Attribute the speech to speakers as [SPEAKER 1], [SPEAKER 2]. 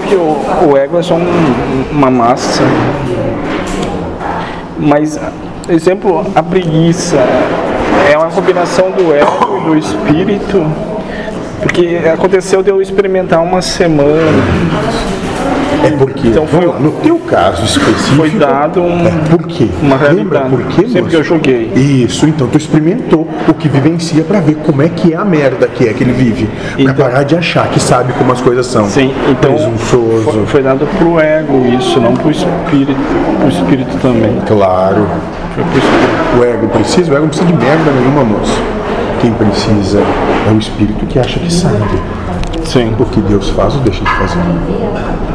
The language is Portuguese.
[SPEAKER 1] que o, o ego é só um- uma massa. Mas, exemplo, a preguiça é uma combinação do ego e do espírito. Porque aconteceu de eu experimentar uma semana,
[SPEAKER 2] É porque,
[SPEAKER 1] Então,
[SPEAKER 2] vamos
[SPEAKER 1] foi-
[SPEAKER 2] lá, no teu caso específico...
[SPEAKER 1] foi dado um.
[SPEAKER 2] É por quê?
[SPEAKER 1] Uma
[SPEAKER 2] Lembra
[SPEAKER 1] realidade.
[SPEAKER 2] por quê,
[SPEAKER 1] Sempre
[SPEAKER 2] moço?
[SPEAKER 1] que eu joguei.
[SPEAKER 2] Isso, então tu experimentou o que vivencia pra ver como é que é a merda que é que ele vive. Pra
[SPEAKER 1] Então-
[SPEAKER 2] parar de achar que sabe como as coisas são.
[SPEAKER 1] Sim, então
[SPEAKER 2] Presunçoso.
[SPEAKER 1] foi, foi dado pro ego isso, não pro espírito, pro espírito também.
[SPEAKER 2] Claro.
[SPEAKER 1] Foi pro espírito.
[SPEAKER 2] O ego precisa, o ego não precisa de merda nenhuma, moço. Quem precisa é o espírito que acha que sabe.
[SPEAKER 1] Sim.
[SPEAKER 2] O que Deus faz ou deixa de fazer.